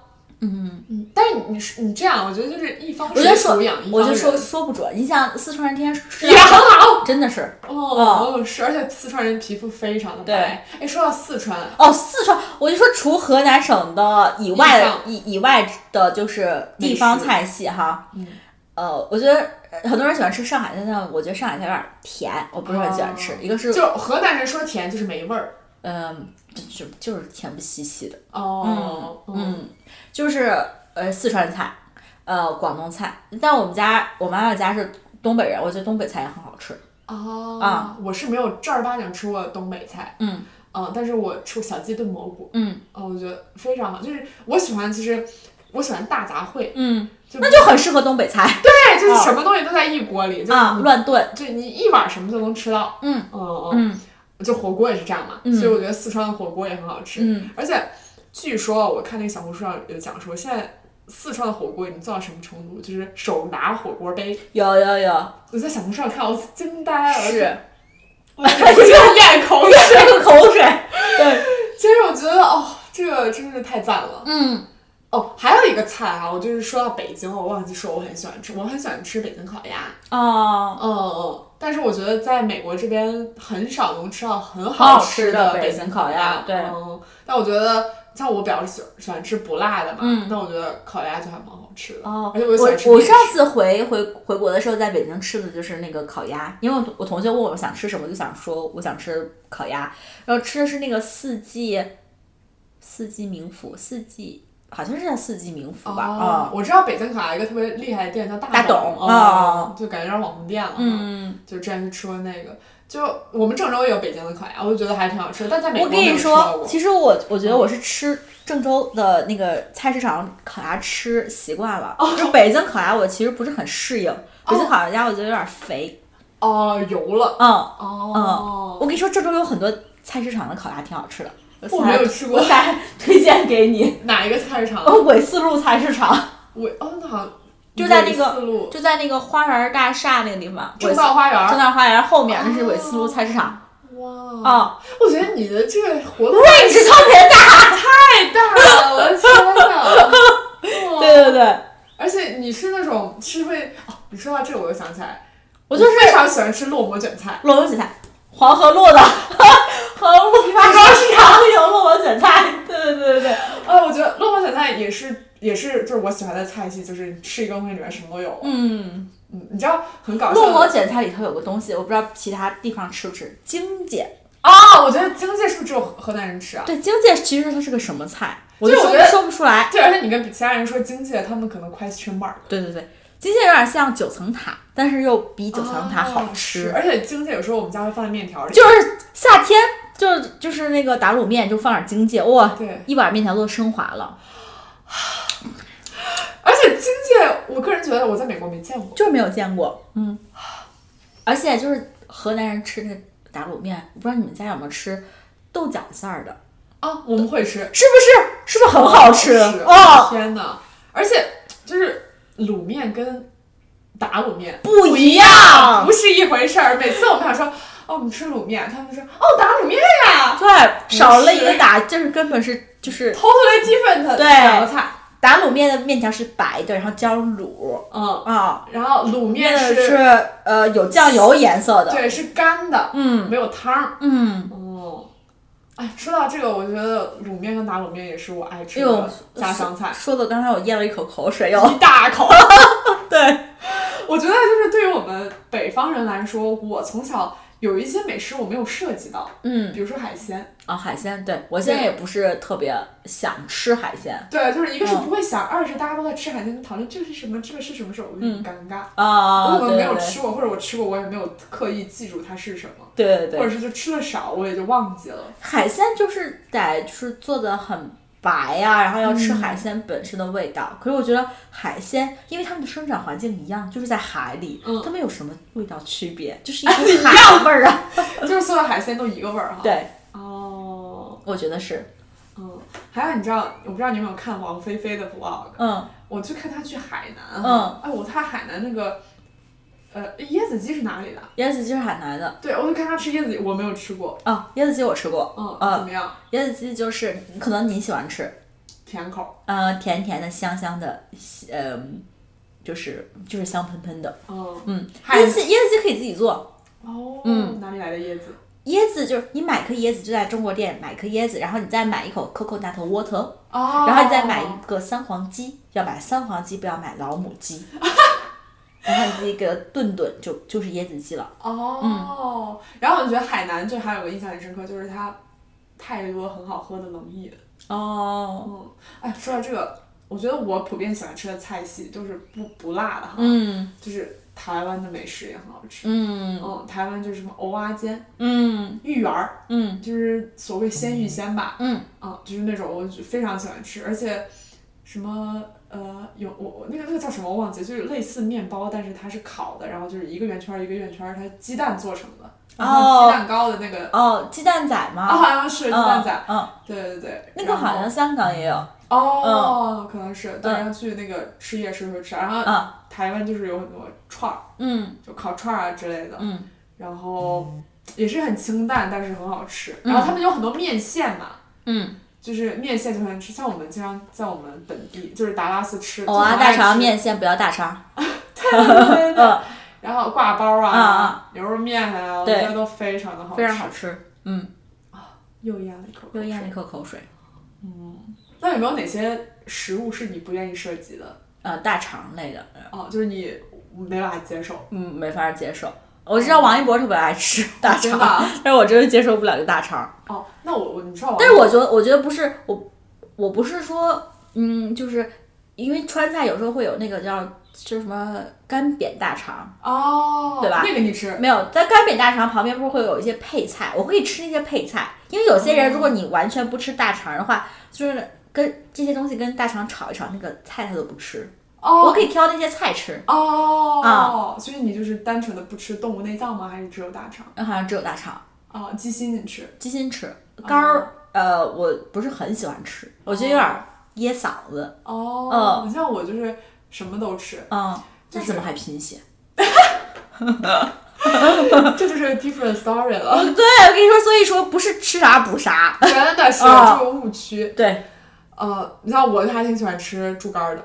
Speaker 1: 嗯
Speaker 2: 嗯，但是你是你这样，我觉得就是一方
Speaker 1: 我就
Speaker 2: 水
Speaker 1: 说
Speaker 2: 土养一方人，
Speaker 1: 我就说啊说不准。你像四川人天 天吃
Speaker 2: 也很好。
Speaker 1: 真的是嗯
Speaker 2: 哦，是，而且四川人皮肤非常的白。哎，说到四川，
Speaker 1: 哦，四川，我就说除河南省的以
Speaker 2: 以
Speaker 1: 外
Speaker 2: 上
Speaker 1: 以以外的，就是地方菜系哈。
Speaker 2: 嗯
Speaker 1: 呃，我觉得呃很多人喜欢吃上海菜，但我觉得上海菜有点甜，我不是很喜欢吃。
Speaker 2: 哦
Speaker 1: 一个是
Speaker 2: 就是河南人说甜就是没味儿。
Speaker 1: 嗯，就就就是甜不兮兮的，
Speaker 2: 哦，嗯，
Speaker 1: 嗯，就是呃四川菜，呃广东菜，但我们家我妈妈家是东北人，我觉得东北菜也很好吃。
Speaker 2: 哦，
Speaker 1: 啊
Speaker 2: 我是没有正儿八经吃过东北菜，
Speaker 1: 嗯
Speaker 2: 嗯，但是我吃过小鸡炖蘑菇，
Speaker 1: 嗯
Speaker 2: 哦，我觉得非常好。就是我喜欢，其实我喜欢大杂烩，
Speaker 1: 嗯，
Speaker 2: 就
Speaker 1: 那就很适合东北菜
Speaker 2: 对，就是
Speaker 1: 哦
Speaker 2: 什么东西都在一锅里，就是
Speaker 1: 啊，
Speaker 2: 你
Speaker 1: 乱炖。
Speaker 2: 就你一碗什么都能吃到。
Speaker 1: 嗯
Speaker 2: 嗯嗯，
Speaker 1: 嗯
Speaker 2: 就火锅也是这样嘛，
Speaker 1: 嗯
Speaker 2: 所以我觉得四川的火锅也很好吃。
Speaker 1: 嗯，
Speaker 2: 而且据说啊我看那个小红书上有讲说，现在四川的火锅已经做到什么程度，就是手拿火锅杯。
Speaker 1: 有有有，
Speaker 2: 我在小红书上看，我惊呆了，
Speaker 1: 是
Speaker 2: 我 就我就咽口水。
Speaker 1: 个口水。对，
Speaker 2: 其实我觉得哦，这个真是太赞了。
Speaker 1: 嗯
Speaker 2: 哦，还有一个菜啊，我就是说到北京，我忘记说我很喜欢吃，我很喜欢吃北京烤鸭。
Speaker 1: 哦，
Speaker 2: 嗯嗯，但是我觉得在美国这边很少能吃到很
Speaker 1: 好
Speaker 2: 吃
Speaker 1: 吃的
Speaker 2: 北
Speaker 1: 北
Speaker 2: 京
Speaker 1: 京烤
Speaker 2: 鸭
Speaker 1: 鸭。对
Speaker 2: 嗯，但我觉得像我表示喜喜欢吃不辣的嘛，
Speaker 1: 嗯
Speaker 2: 那我觉得烤鸭就还蛮好吃的。
Speaker 1: 哦，
Speaker 2: 而且我喜欢吃
Speaker 1: 我我
Speaker 2: 面
Speaker 1: 上次回回回国的时候，在北京吃的就是那个烤鸭，因为我我同学问我想吃什么，我就想说我想吃烤鸭，然后吃的是那个四季四季名府，四季好像是叫四季名府吧，
Speaker 2: 哦
Speaker 1: 啊、，
Speaker 2: 我知道北京烤鸭有一个特别厉害的店叫大
Speaker 1: 大
Speaker 2: 董
Speaker 1: 董，啊
Speaker 2: 哦，就感觉有点网红店了。，
Speaker 1: 嗯，
Speaker 2: 就之前去吃过那个，就我们郑州也有北京的烤鸭，我就觉得还挺好吃的，但在美
Speaker 1: 我
Speaker 2: 国
Speaker 1: 跟
Speaker 2: 没有
Speaker 1: 你
Speaker 2: 吃到
Speaker 1: 说，
Speaker 2: 过。嗯
Speaker 1: 其实我我觉得我是吃郑州的那个菜市场烤鸭吃习惯了，
Speaker 2: 哦
Speaker 1: 就北京烤鸭我其实不是很适应，北京烤鸭我觉得有点肥，
Speaker 2: 哦，油了。
Speaker 1: 嗯。
Speaker 2: 哦，
Speaker 1: 我跟你说，郑州有很多菜市场的烤鸭挺好吃的，
Speaker 2: 我没有吃过
Speaker 1: 我再 推荐给你。
Speaker 2: 哪一个菜市 场？
Speaker 1: 哦，纬四路菜市场
Speaker 2: 我哦，那好像
Speaker 1: 就在那个
Speaker 2: 纬四路
Speaker 1: 就在那个花园大厦那个地方，
Speaker 2: 中
Speaker 1: 纬四
Speaker 2: 道花
Speaker 1: 正
Speaker 2: 园。
Speaker 1: 大花园后面那是纬四路菜市场。
Speaker 2: 哇，
Speaker 1: 哦，
Speaker 2: 我觉得你的这个活动
Speaker 1: 位置特别大。
Speaker 2: 太大了，我的天哪！哇
Speaker 1: 对对对，
Speaker 2: 而且你是那种是会哦，你说到这个我就想起来，
Speaker 1: 我就是
Speaker 2: 非常喜欢吃烙馍卷菜。
Speaker 1: 罗纹卷菜，黄河路的黄河路批发市场有罗纹卷菜。对对对对对，
Speaker 2: 呃，我觉得烙馍卷菜也是也是就是我喜欢的菜系，就是你吃一个东西里面什么都有。
Speaker 1: 嗯，
Speaker 2: 嗯，你知道很搞笑
Speaker 1: 洛
Speaker 2: 的。
Speaker 1: 馍卷菜里头有个东西，我不知道其他地方吃不吃，荆芥。
Speaker 2: 啊，我觉得荆芥是不是只有河南人吃啊？
Speaker 1: 对，荆芥其实它是个什么菜，我
Speaker 2: 就
Speaker 1: 就是
Speaker 2: 我
Speaker 1: 说
Speaker 2: 觉得
Speaker 1: 说不出来。
Speaker 2: 对，而且你跟其他人说荆芥，他们可能 question mark。
Speaker 1: 对对对，金芥有点像九层塔，但是又比九层塔好吃。
Speaker 2: 哦是而且荆芥有时候我们家会放在面条里。
Speaker 1: 就是夏天，就是就是那个打卤面，就放点荆芥，哇，
Speaker 2: 对，
Speaker 1: 一碗面条都升华了，
Speaker 2: 而且荆芥，我个人觉得我在美国没见过。
Speaker 1: 就是没有见过。嗯，而且就是河南人吃那个打卤面，我不知道你们家有没有吃豆角馅儿的，
Speaker 2: 啊，我们会吃。
Speaker 1: 是不是？是不哦是很好吃？
Speaker 2: 哦
Speaker 1: 哦，
Speaker 2: 天哪！而且就是卤面跟打卤面
Speaker 1: 不一
Speaker 2: 啊
Speaker 1: 样。
Speaker 2: 不是一回事儿。每次我们想说，哦，我们吃卤面，他们说，哦，打卤面呀
Speaker 1: 对，少了一个打，就是根本是就是
Speaker 2: ，totally different
Speaker 1: 对
Speaker 2: 两个菜。
Speaker 1: 打卤面的面条是白的，然后浇卤
Speaker 2: 嗯，
Speaker 1: 啊、
Speaker 2: 然后卤面
Speaker 1: 面
Speaker 2: 是
Speaker 1: 是呃有酱油颜色的，
Speaker 2: 对，是干的，
Speaker 1: 嗯
Speaker 2: 没有汤儿。
Speaker 1: 嗯，
Speaker 2: 哦，哎，说到这个，我觉得卤面跟打卤面也是我爱吃
Speaker 1: 哎呦
Speaker 2: 的家乡菜，
Speaker 1: 说的刚才我咽了一口口水哦又，
Speaker 2: 一大口。
Speaker 1: 对，
Speaker 2: 我觉得就是对于我们北方人来说，我从小有一些美食我没有涉及到，
Speaker 1: 嗯，
Speaker 2: 比如说海鲜，
Speaker 1: 啊、海鲜，对我现在也不是特别想吃海鲜
Speaker 2: 对，就是一个是
Speaker 1: 嗯
Speaker 2: 不会想，二是大家都在吃海鲜，讨论这个是什么，这个是什么时候，我就
Speaker 1: 嗯
Speaker 2: 很尴尬。
Speaker 1: 啊，
Speaker 2: 我可能
Speaker 1: 对
Speaker 2: 没有
Speaker 1: 对对
Speaker 2: 吃过，或者我吃过，我也没有刻意记住它是什么，
Speaker 1: 对对对，
Speaker 2: 或者是就吃的少，我也就忘记了。
Speaker 1: 海鲜就是得就是做的很。白呀、然后要吃海鲜本身的味道。可是我觉得海鲜，因为它们的生长环境一样，就是在海里，
Speaker 2: 嗯
Speaker 1: 它们有什么味道区别？ 就是一股海味儿啊。
Speaker 2: 就是所有海鲜都一个味儿哈。，
Speaker 1: 对，
Speaker 2: 哦，
Speaker 1: 我觉得是，
Speaker 2: 嗯，还有你知道，我不知道你有没有看王菲菲的 vlog，
Speaker 1: 嗯
Speaker 2: 我就看她去海南，
Speaker 1: 嗯，
Speaker 2: 哎，我看海南那个呃，椰子鸡是哪里的？啊
Speaker 1: 椰子鸡是海南的
Speaker 2: 对，我就看他吃椰子鸡，我没有吃过。
Speaker 1: 啊，椰子鸡我吃过，
Speaker 2: 嗯，
Speaker 1: 啊
Speaker 2: 怎么样？
Speaker 1: 椰子鸡就是可能你喜欢吃，
Speaker 2: 甜口。
Speaker 1: 呃，甜甜的、香香的，呃，就是就是香喷喷的。
Speaker 2: 嗯
Speaker 1: 嗯，
Speaker 2: 海
Speaker 1: 椰子椰子鸡可以自己做，
Speaker 2: 哦，
Speaker 1: 嗯
Speaker 2: 哪里来的椰子？
Speaker 1: 椰子就是你买颗椰子就在中国店买颗椰子，然后你再买一口 coconut water，
Speaker 2: 哦，
Speaker 1: 然后你再买一个三黄鸡，要买三黄鸡，不要买老母鸡。然后你自己给它炖炖，就就是椰子鸡了。
Speaker 2: 哦，然后我觉得海南就还有个印象很深刻，就是它太多很好喝的冷饮。
Speaker 1: 哦，
Speaker 2: 嗯，哎，说到这个，我觉得我普遍喜欢吃的菜系都是不不辣的哈，
Speaker 1: 嗯
Speaker 2: 就是台湾的美食也很好吃。
Speaker 1: 嗯
Speaker 2: 嗯，台湾就是什么蚵仔煎、
Speaker 1: 嗯
Speaker 2: 芋圆儿，
Speaker 1: 嗯
Speaker 2: 就是所谓鲜芋仙吧，
Speaker 1: 嗯
Speaker 2: 啊，就是那种我就非常喜欢吃，而且什么呃有我我那个那个叫什么我忘记，就是类似面包，但是它是烤的，然后就是一个圆圈儿一个圆圈儿，它鸡蛋做成的，然后鸡蛋糕的那个
Speaker 1: 哦，鸡蛋仔
Speaker 2: 啊，
Speaker 1: 吗？
Speaker 2: 好像是鸡蛋仔，
Speaker 1: 嗯，嗯，
Speaker 2: 对对对，
Speaker 1: 那个好
Speaker 2: 然
Speaker 1: 像
Speaker 2: 后
Speaker 1: 香港也有。
Speaker 2: 哦，可能是
Speaker 1: 嗯
Speaker 2: 对，然后去那个吃夜市的时候吃，然后
Speaker 1: 嗯
Speaker 2: 台湾就是有很多串儿，
Speaker 1: 嗯
Speaker 2: 就烤串儿啊之类的，
Speaker 1: 嗯。
Speaker 2: 然后也是很清淡，但是很好吃，然后他们有很多面线嘛。
Speaker 1: 嗯，
Speaker 2: 就是面线就很吃，像我们经常在我们本地，就是达拉斯吃
Speaker 1: 藕啊，大肠，面
Speaker 2: 就
Speaker 1: 线不要大肠。
Speaker 2: 很爱吃对对对
Speaker 1: 嗯，
Speaker 2: 然后挂包啊，
Speaker 1: 啊啊
Speaker 2: 牛肉面啊，我觉
Speaker 1: 对
Speaker 2: 得都非常的好吃，
Speaker 1: 非常好吃。嗯，
Speaker 2: 又咽了一口口水，
Speaker 1: 又咽了一口口水。
Speaker 2: 那有没有哪些食物是你不愿意涉及的？
Speaker 1: 呃，大肠类的，
Speaker 2: 哦，就是你没办法接受
Speaker 1: 嗯，没法接受。我
Speaker 2: 哦
Speaker 1: 知道王一博特别爱吃大
Speaker 2: 真
Speaker 1: 肠
Speaker 2: 的，啊
Speaker 1: 但是我真是接受不了这大肠。
Speaker 2: 哦。那我我你知道我，
Speaker 1: 但是我觉得，我觉得不是我，我不是说，嗯，就是因为川菜有时候会有那个叫就什么干煸大肠，
Speaker 2: 哦，
Speaker 1: 对吧
Speaker 2: 那个你吃，
Speaker 1: 没有在干煸大肠旁边不是会有一些配菜，我可以吃那些配菜，因为有些人如
Speaker 2: 哦
Speaker 1: 果你完全不吃大肠的话，就是跟这些东西跟大肠炒一炒，那个菜他都不吃。我
Speaker 2: 哦
Speaker 1: 可以挑那些菜吃，
Speaker 2: 哦
Speaker 1: 啊
Speaker 2: 所以你就是单纯的不吃动物内脏吗？还是只有大肠？
Speaker 1: 那嗯好像只有大肠、
Speaker 2: 啊，鸡心你吃
Speaker 1: 鸡心吃，肝儿，呃，我不是很喜欢吃，我觉得有点儿噎嗓子。
Speaker 2: 哦，你像我就是什么都吃，
Speaker 1: 嗯，
Speaker 2: 就
Speaker 1: 那
Speaker 2: 是
Speaker 1: 怎么还贫血？
Speaker 2: 这就是 different story 了，
Speaker 1: 对，我跟你说，所以说不是吃啥补啥。
Speaker 2: 真的是
Speaker 1: 哦
Speaker 2: 这个误区。
Speaker 1: 对，
Speaker 2: 呃，你像我还挺喜欢吃猪肝儿的，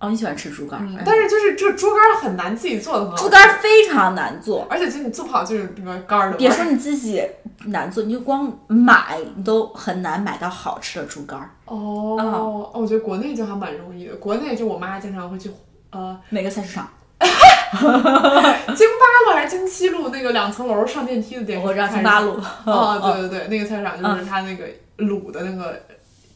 Speaker 1: 哦，你喜欢吃猪肝儿，哎
Speaker 2: 但是就是这猪肝儿很难自己做的很好，
Speaker 1: 猪肝儿非常难做，嗯
Speaker 2: 而且就你做不好就是那个肝儿的味
Speaker 1: 别
Speaker 2: 儿。
Speaker 1: 说你自己难做，你就光买你都很难买到好吃的猪肝儿，
Speaker 2: 哦，
Speaker 1: 嗯
Speaker 2: 哦我觉得国内就还蛮容易的，国内就我妈经常会去。呃，
Speaker 1: 每个菜市场。
Speaker 2: 京八路还是京七路那个两层楼上电梯的电
Speaker 1: 我知道京
Speaker 2: 菜市
Speaker 1: 八
Speaker 2: 场。
Speaker 1: 路。
Speaker 2: 哦，
Speaker 1: 嗯
Speaker 2: 对对对，那个菜市场就是它那个卤的那个，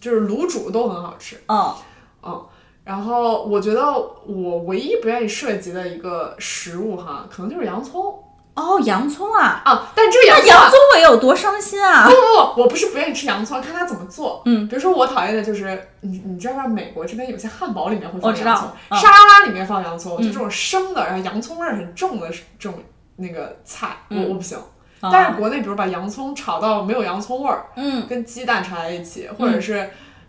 Speaker 2: 就是卤煮都很好吃。
Speaker 1: 嗯
Speaker 2: 嗯，然后我觉得我唯一不愿意涉及的一个食物哈，可能就是洋葱
Speaker 1: 哦，洋葱啊，
Speaker 2: 啊。但这
Speaker 1: 那
Speaker 2: 个洋葱
Speaker 1: 洋
Speaker 2: 啊，
Speaker 1: 葱我有多伤心啊！
Speaker 2: 不不不，我不是不愿意吃洋葱，看它怎么做。
Speaker 1: 嗯
Speaker 2: 比如说我讨厌的就是你你知道吧，美国这边有些汉堡里面会
Speaker 1: 我
Speaker 2: 放
Speaker 1: 知
Speaker 2: 洋葱
Speaker 1: 道，嗯
Speaker 2: 沙拉里面放洋葱，就这种生的，然后洋葱味儿很重的这种那个菜，我
Speaker 1: 嗯
Speaker 2: 我不行。
Speaker 1: 啊
Speaker 2: 但是国内，比如把洋葱炒到没有洋葱味儿，
Speaker 1: 嗯
Speaker 2: 跟鸡蛋炒在一起，或者是、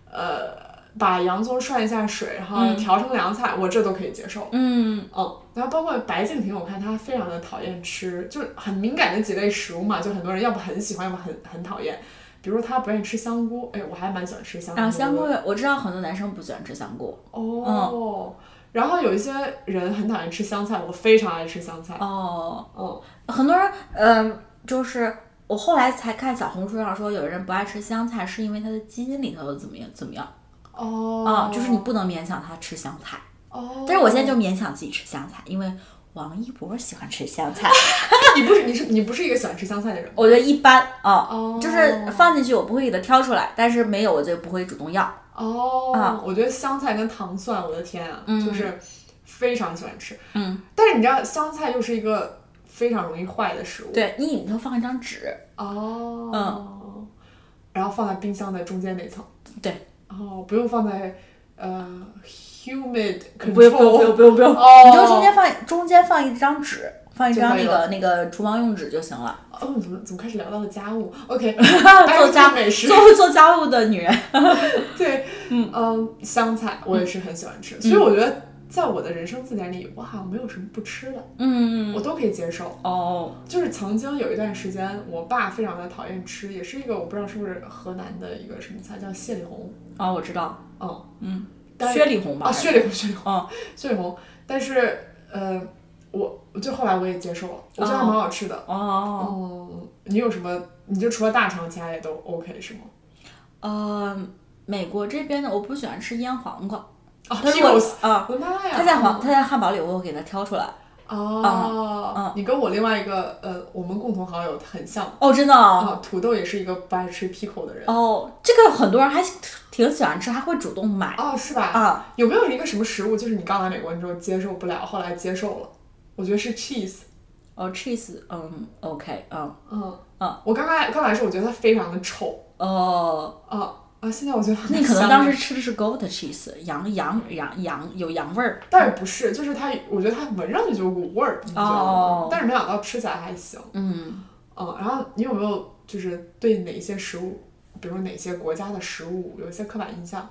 Speaker 2: 呃把洋葱涮一下水，然后调成凉菜，我这都可以接受。
Speaker 1: 嗯
Speaker 2: 嗯，然后包括白敬亭，我看他非常的讨厌吃，就是很敏感的几类食物嘛，就很多人要不很喜欢，要么很很讨厌。比如他不愿意吃香菇，哎，我还蛮喜欢吃香菇的。
Speaker 1: 啊，香菇我知道很多男生不喜欢吃香菇。嗯
Speaker 2: 哦。然后有一些人很讨厌吃香菜，我非常爱吃香菜。
Speaker 1: 哦，
Speaker 2: 哦，
Speaker 1: 很多人，嗯、就是我后来才看小红书上说，有人不爱吃香菜，是因为他的基因里头怎么样怎么样
Speaker 2: 哦，
Speaker 1: 啊、就是你不能勉强他吃香菜。
Speaker 2: 哦。
Speaker 1: 但是我现在就勉强自己吃香菜，因为王一博喜欢吃香菜，
Speaker 2: 你不是你是你不是一个喜欢吃香菜的人吗？
Speaker 1: 我觉得一般啊、
Speaker 2: 哦，
Speaker 1: 哦就是放进去我不会给它挑出来，但是没有我就不会主动要。
Speaker 2: 哦，
Speaker 1: 啊
Speaker 2: 我觉得香菜跟糖蒜，我的天啊，
Speaker 1: 嗯
Speaker 2: 就是非常喜欢吃。
Speaker 1: 嗯，
Speaker 2: 但是你知道，香菜又是一个非常容易坏的食物。，
Speaker 1: 对你里头放一张纸，
Speaker 2: 哦，然后放在冰箱的中间那层。
Speaker 1: 嗯对，
Speaker 2: 哦，不用放在呃 humid
Speaker 1: 不用不用不
Speaker 2: control。
Speaker 1: 用不用不用，
Speaker 2: 哦，
Speaker 1: 你就中间放中间放一张纸，放一
Speaker 2: 就
Speaker 1: 张
Speaker 2: 可以
Speaker 1: 那个那个厨房用纸就行 了。
Speaker 2: 哦，怎么怎么开始聊到了家务？OK，大家
Speaker 1: 做家
Speaker 2: 美食，
Speaker 1: 嗯 做做家务的女人。
Speaker 2: 对，嗯香菜我也是很喜欢吃，所以我觉得在我的人生字典里，我好像没有什么不吃的，
Speaker 1: 嗯，
Speaker 2: 我都可以接受。
Speaker 1: 哦，
Speaker 2: 就是曾经有一段时间，我爸非常的讨厌吃，也是一个我不知道是不是河南的一个什么菜，叫蟹里红。
Speaker 1: 哦，我知道，
Speaker 2: 嗯，
Speaker 1: 嗯
Speaker 2: 但，是
Speaker 1: 薛里红吧？
Speaker 2: 啊，
Speaker 1: 还是
Speaker 2: 血里红，血里红，
Speaker 1: 哦
Speaker 2: 血里红。但是，呃，我就后来我也接受了，我觉得还蛮好吃的。
Speaker 1: 哦，
Speaker 2: 哦，你有什么？你就除了大肠，其他也都 OK 是
Speaker 1: 哦
Speaker 2: 吗？
Speaker 1: 呃，美国这边的我不喜欢吃腌黄瓜，
Speaker 2: 哦
Speaker 1: 它如果
Speaker 2: ，Pickles，
Speaker 1: 啊，
Speaker 2: 我的妈呀！
Speaker 1: 它在黄它在汉堡里，我会给它挑出来。啊嗯
Speaker 2: 哦，你跟我另外一个呃，我们共同好友很像。
Speaker 1: 哦，真的哦，
Speaker 2: 啊，土豆也是一个不爱吃 pickle 的人。
Speaker 1: 哦，这个很多人还挺喜欢吃，还会主动买
Speaker 2: 哦，是吧？
Speaker 1: 啊。
Speaker 2: 有没有一个什么食物，就是你刚来美国你就接受不了，后来接受了？我觉得是 cheese。
Speaker 1: 哦，cheese，嗯，OK，嗯，
Speaker 2: 嗯
Speaker 1: 嗯，
Speaker 2: 我刚来刚来的时候，我觉得它非常的臭。
Speaker 1: 哦，
Speaker 2: 啊啊！现在我觉得它
Speaker 1: 那可
Speaker 2: 香
Speaker 1: 能当时吃的是 goat cheese，羊羊羊羊有羊味儿。
Speaker 2: 但是不是，就是它，我觉得它闻上去就有股味儿，你知道吗
Speaker 1: 哦？
Speaker 2: 但是没想到吃起来还行。
Speaker 1: 嗯，
Speaker 2: 嗯，然后你有没有就是对哪些食物，比如哪些国家的食物有一些刻板印象？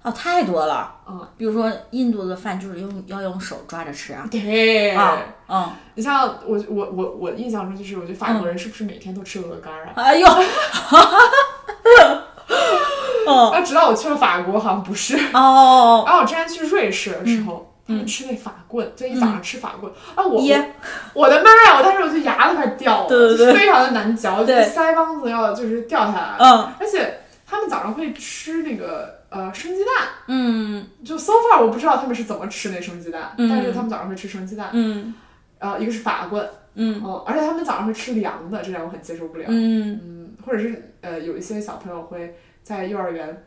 Speaker 1: 啊，太多了。
Speaker 2: 嗯，
Speaker 1: 比如说印度的饭就是用要用手抓着吃啊。
Speaker 2: 对
Speaker 1: 啊，嗯，
Speaker 2: 你像我我我我印象中就是，我觉得法国人是不是每天都吃鹅肝儿啊？
Speaker 1: 哎呦，哦
Speaker 2: 啊，直到我去了法国，好像不是。
Speaker 1: 哦，嗯
Speaker 2: 然后我之前去瑞士的时候，他们吃那法棍，就一早上吃法棍啊，我
Speaker 1: 耶，
Speaker 2: 我的妈呀！我当时我就牙都快掉了，
Speaker 1: 对对对
Speaker 2: 就非常的难嚼，就
Speaker 1: 对
Speaker 2: 是腮帮子要就是掉下来了。
Speaker 1: 嗯
Speaker 2: 而且他们早上会吃那个呃生鸡蛋，
Speaker 1: 嗯
Speaker 2: 就 so far 我不知道他们是怎么吃那生鸡蛋，
Speaker 1: 嗯
Speaker 2: 但是他们早上会吃生鸡蛋。
Speaker 1: 嗯
Speaker 2: 然后一个是法棍，
Speaker 1: 嗯
Speaker 2: 嗯，而且他们早上会吃凉的，这点我很接受不了。
Speaker 1: 嗯，
Speaker 2: 嗯，或者是呃，有一些小朋友会在幼儿园，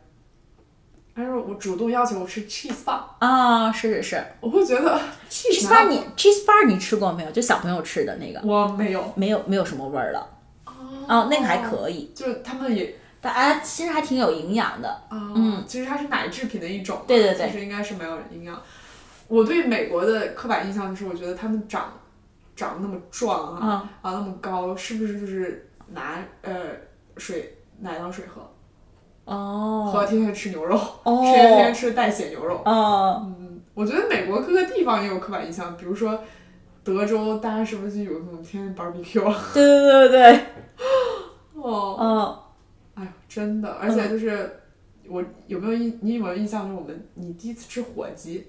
Speaker 2: 他说我主动要求我吃 cheese 棒，
Speaker 1: 啊，是是是
Speaker 2: 我会觉得
Speaker 1: ，cheese
Speaker 2: cheese
Speaker 1: bar
Speaker 2: 棒
Speaker 1: 你 cheese bar 你吃过没有？就小朋友吃的那个，
Speaker 2: 我没有
Speaker 1: 没有没有什么味儿了。
Speaker 2: 哦
Speaker 1: 哦，那个还，可以，
Speaker 2: 就是他们也
Speaker 1: 大家其实还挺有营养的。
Speaker 2: 啊，
Speaker 1: 嗯，
Speaker 2: 其实它是奶制品的一种嘛，
Speaker 1: 对对对
Speaker 2: 其实应该是没有营养。我对美国的刻板印象就是，我觉得他们长长那么壮啊，
Speaker 1: 嗯，
Speaker 2: 啊那么高，是不是就是拿呃水奶当水喝，
Speaker 1: 哦
Speaker 2: 和天天吃牛肉，天天天
Speaker 1: 哦
Speaker 2: 天 吃带血牛肉。
Speaker 1: 哦，
Speaker 2: 嗯，我觉得美国各个地方也有刻板印象，比如说德州，大家是不是就有那种天天 barbecue 啊？
Speaker 1: 对对对对，
Speaker 2: 哦，
Speaker 1: 嗯，
Speaker 2: 哎呦，真的，而且就是我有没有印，你有没有印象？就是我们你第一次吃火鸡。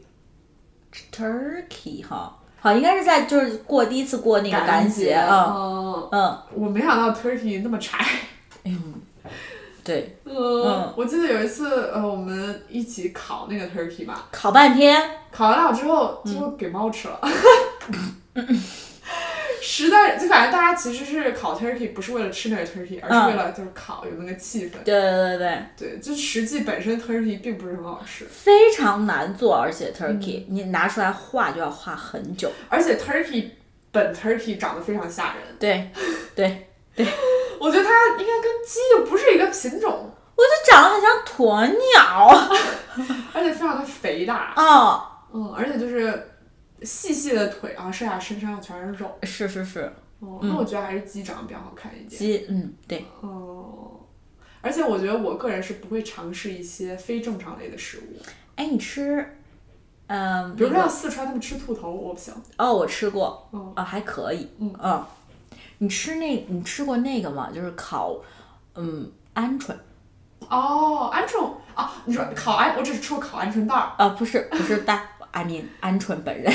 Speaker 1: turkey 哈，好，应该是在就是过第一次过那个
Speaker 2: 感
Speaker 1: 感
Speaker 2: 觉，
Speaker 1: 节，嗯
Speaker 2: 嗯，
Speaker 1: 嗯，
Speaker 2: 我没想到 Turkey 那么柴。
Speaker 1: 对，
Speaker 2: 嗯，我记得有一次，呃，我们一起烤那个 Turkey 吧，
Speaker 1: 烤半天，
Speaker 2: 烤完了之后，最后给猫吃了。 实在就感觉大家其实是烤 turkey 不是为了吃那个 turkey，而是为了就是烤有那个气氛。
Speaker 1: 对对对对，
Speaker 2: 对，就实际本身 turkey 并不是很好吃，
Speaker 1: 非常难做，而且
Speaker 2: 嗯
Speaker 1: turkey、你拿出来画就要画很久，
Speaker 2: 而且 turkey 本 turkey 长得非常吓人，
Speaker 1: 对对，
Speaker 2: 我觉得它应该跟鸡就不是一个品种，
Speaker 1: 我就长得很像鸵鸟
Speaker 2: 而且非常的肥大。
Speaker 1: 哦，
Speaker 2: 嗯，而且就是细细的腿啊，剩下身上全是肉。
Speaker 1: 是是是，
Speaker 2: 哦，那我觉得还是鸡长得比较好看一点。
Speaker 1: 鸡，嗯，对，
Speaker 2: 哦，而且我觉得我个人是不会尝试一些非正常类的食物，
Speaker 1: 哎，你吃，嗯、
Speaker 2: 比如
Speaker 1: 那
Speaker 2: 说
Speaker 1: 个
Speaker 2: 像四川他们吃兔头，我不行。
Speaker 1: 哦，我吃过，
Speaker 2: 嗯
Speaker 1: 啊，还可以，
Speaker 2: 嗯
Speaker 1: 你吃那，你吃过那个吗？就是烤，嗯，鹌鹑，
Speaker 2: 哦，鹌鹑啊，你说烤鹌，我只是吃过烤鹌鹑蛋儿
Speaker 1: 啊，不是不是大，I mean 鹌鹑本人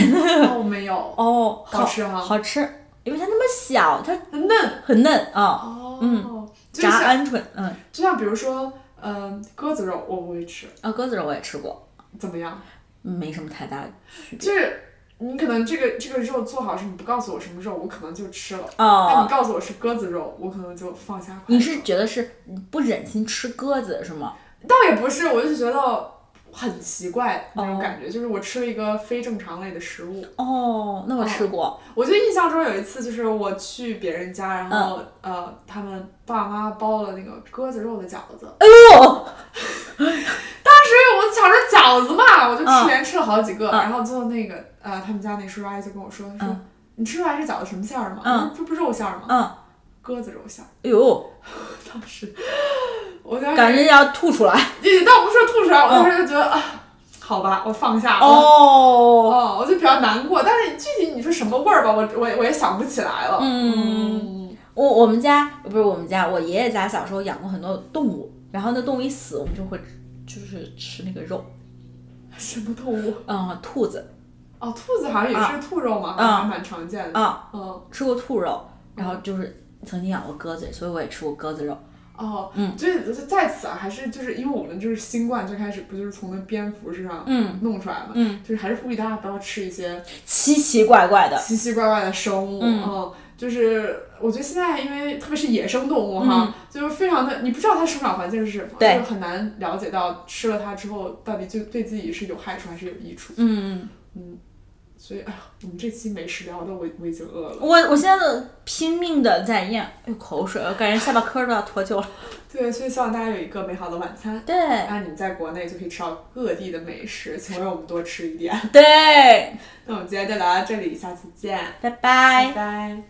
Speaker 2: 哦，没有，
Speaker 1: 哦，
Speaker 2: 好
Speaker 1: 烤
Speaker 2: 吃哈
Speaker 1: 好吃，因为它那么小，它
Speaker 2: 很嫩。
Speaker 1: 很嫩啊，
Speaker 2: 哦，就是
Speaker 1: 炸
Speaker 2: 像
Speaker 1: 鹌鹑，嗯，
Speaker 2: 就像比如说，嗯、鸽子肉我不会吃，
Speaker 1: 啊，鸽子肉我也吃过，
Speaker 2: 怎么样？
Speaker 1: 没什么太大的区别
Speaker 2: 就是你可能这个这个肉做好是你不告诉我什么肉，我可能就吃了。那
Speaker 1: 哦
Speaker 2: 你。告诉我是鸽子肉，我可能就放下筷子。
Speaker 1: 你是觉得是不忍心吃鸽子是吗？
Speaker 2: 倒也不是，我就觉得很奇怪那种感觉，就是我吃了一个非正常类的食物。
Speaker 1: 哦，那我吃过，
Speaker 2: 我就印象中有一次，就是我去别人家，然后、
Speaker 1: 嗯
Speaker 2: 呃，他们爸妈包了那个鸽子肉的饺子。
Speaker 1: 哎呦，
Speaker 2: 当时我想着饺子嘛，我就吃
Speaker 1: 嗯
Speaker 2: 连吃了好几个，
Speaker 1: 嗯
Speaker 2: 然后最后那个呃，他们家那叔叔阿姨就跟我说，说、
Speaker 1: 嗯
Speaker 2: 你吃出来这饺子什么馅儿吗？
Speaker 1: 嗯
Speaker 2: 我说这不是肉馅儿吗？
Speaker 1: 嗯，
Speaker 2: 鸽子肉馅儿。
Speaker 1: 哎呦，
Speaker 2: 当时我当时
Speaker 1: 感觉要吐出来。嗯
Speaker 2: 也倒不是说吐出来，我当时就觉得、啊，好吧，我放下了。
Speaker 1: 哦，
Speaker 2: 哦，我就比较难过，但是具体你说什么味儿吧，我我也我也想不起来了。
Speaker 1: 嗯
Speaker 2: 嗯
Speaker 1: 我我们家不是我们家，我爷爷家小时候养过很多动物，然后那动物一死，我们就会就是吃那个肉，
Speaker 2: 什么动物？
Speaker 1: 嗯，兔子
Speaker 2: 哦，兔子好像也是兔肉嘛，
Speaker 1: 啊
Speaker 2: 还蛮常见的。
Speaker 1: 啊，
Speaker 2: 嗯，
Speaker 1: 吃过兔肉，然后就是曾经养过鸽子，所以我也吃过鸽子肉。
Speaker 2: 哦，
Speaker 1: 嗯
Speaker 2: 所以就是在此啊，还是就是因为我们就是新冠最开始不就是从那蝙蝠身上
Speaker 1: 嗯
Speaker 2: 弄出来嘛，
Speaker 1: 嗯，
Speaker 2: 就是还是呼吁大家不要吃一些
Speaker 1: 奇奇怪怪的，
Speaker 2: 奇奇怪怪的生物，哦
Speaker 1: 嗯
Speaker 2: 就是我觉得现在因为特别是野生动物哈，就是非常的你不知道它生长环境是什么，
Speaker 1: 嗯对
Speaker 2: 就是很难了解到吃了它之后到底就对自己是有害处还是有益处。
Speaker 1: 嗯，
Speaker 2: 所以哎呀，我们这期美食聊的我我已经饿了。
Speaker 1: 我我现在都拼命的在咽，哎呦口水，我感觉下巴颏儿都要脱臼了。
Speaker 2: 对，所以希望大家有一个美好的晚餐。
Speaker 1: 对
Speaker 2: 那你们在国内就可以吃到各地的美食，请为我们多吃一点。
Speaker 1: 对，
Speaker 2: 那我们今天就聊到这里，下次见，
Speaker 1: 拜拜
Speaker 2: 拜。拜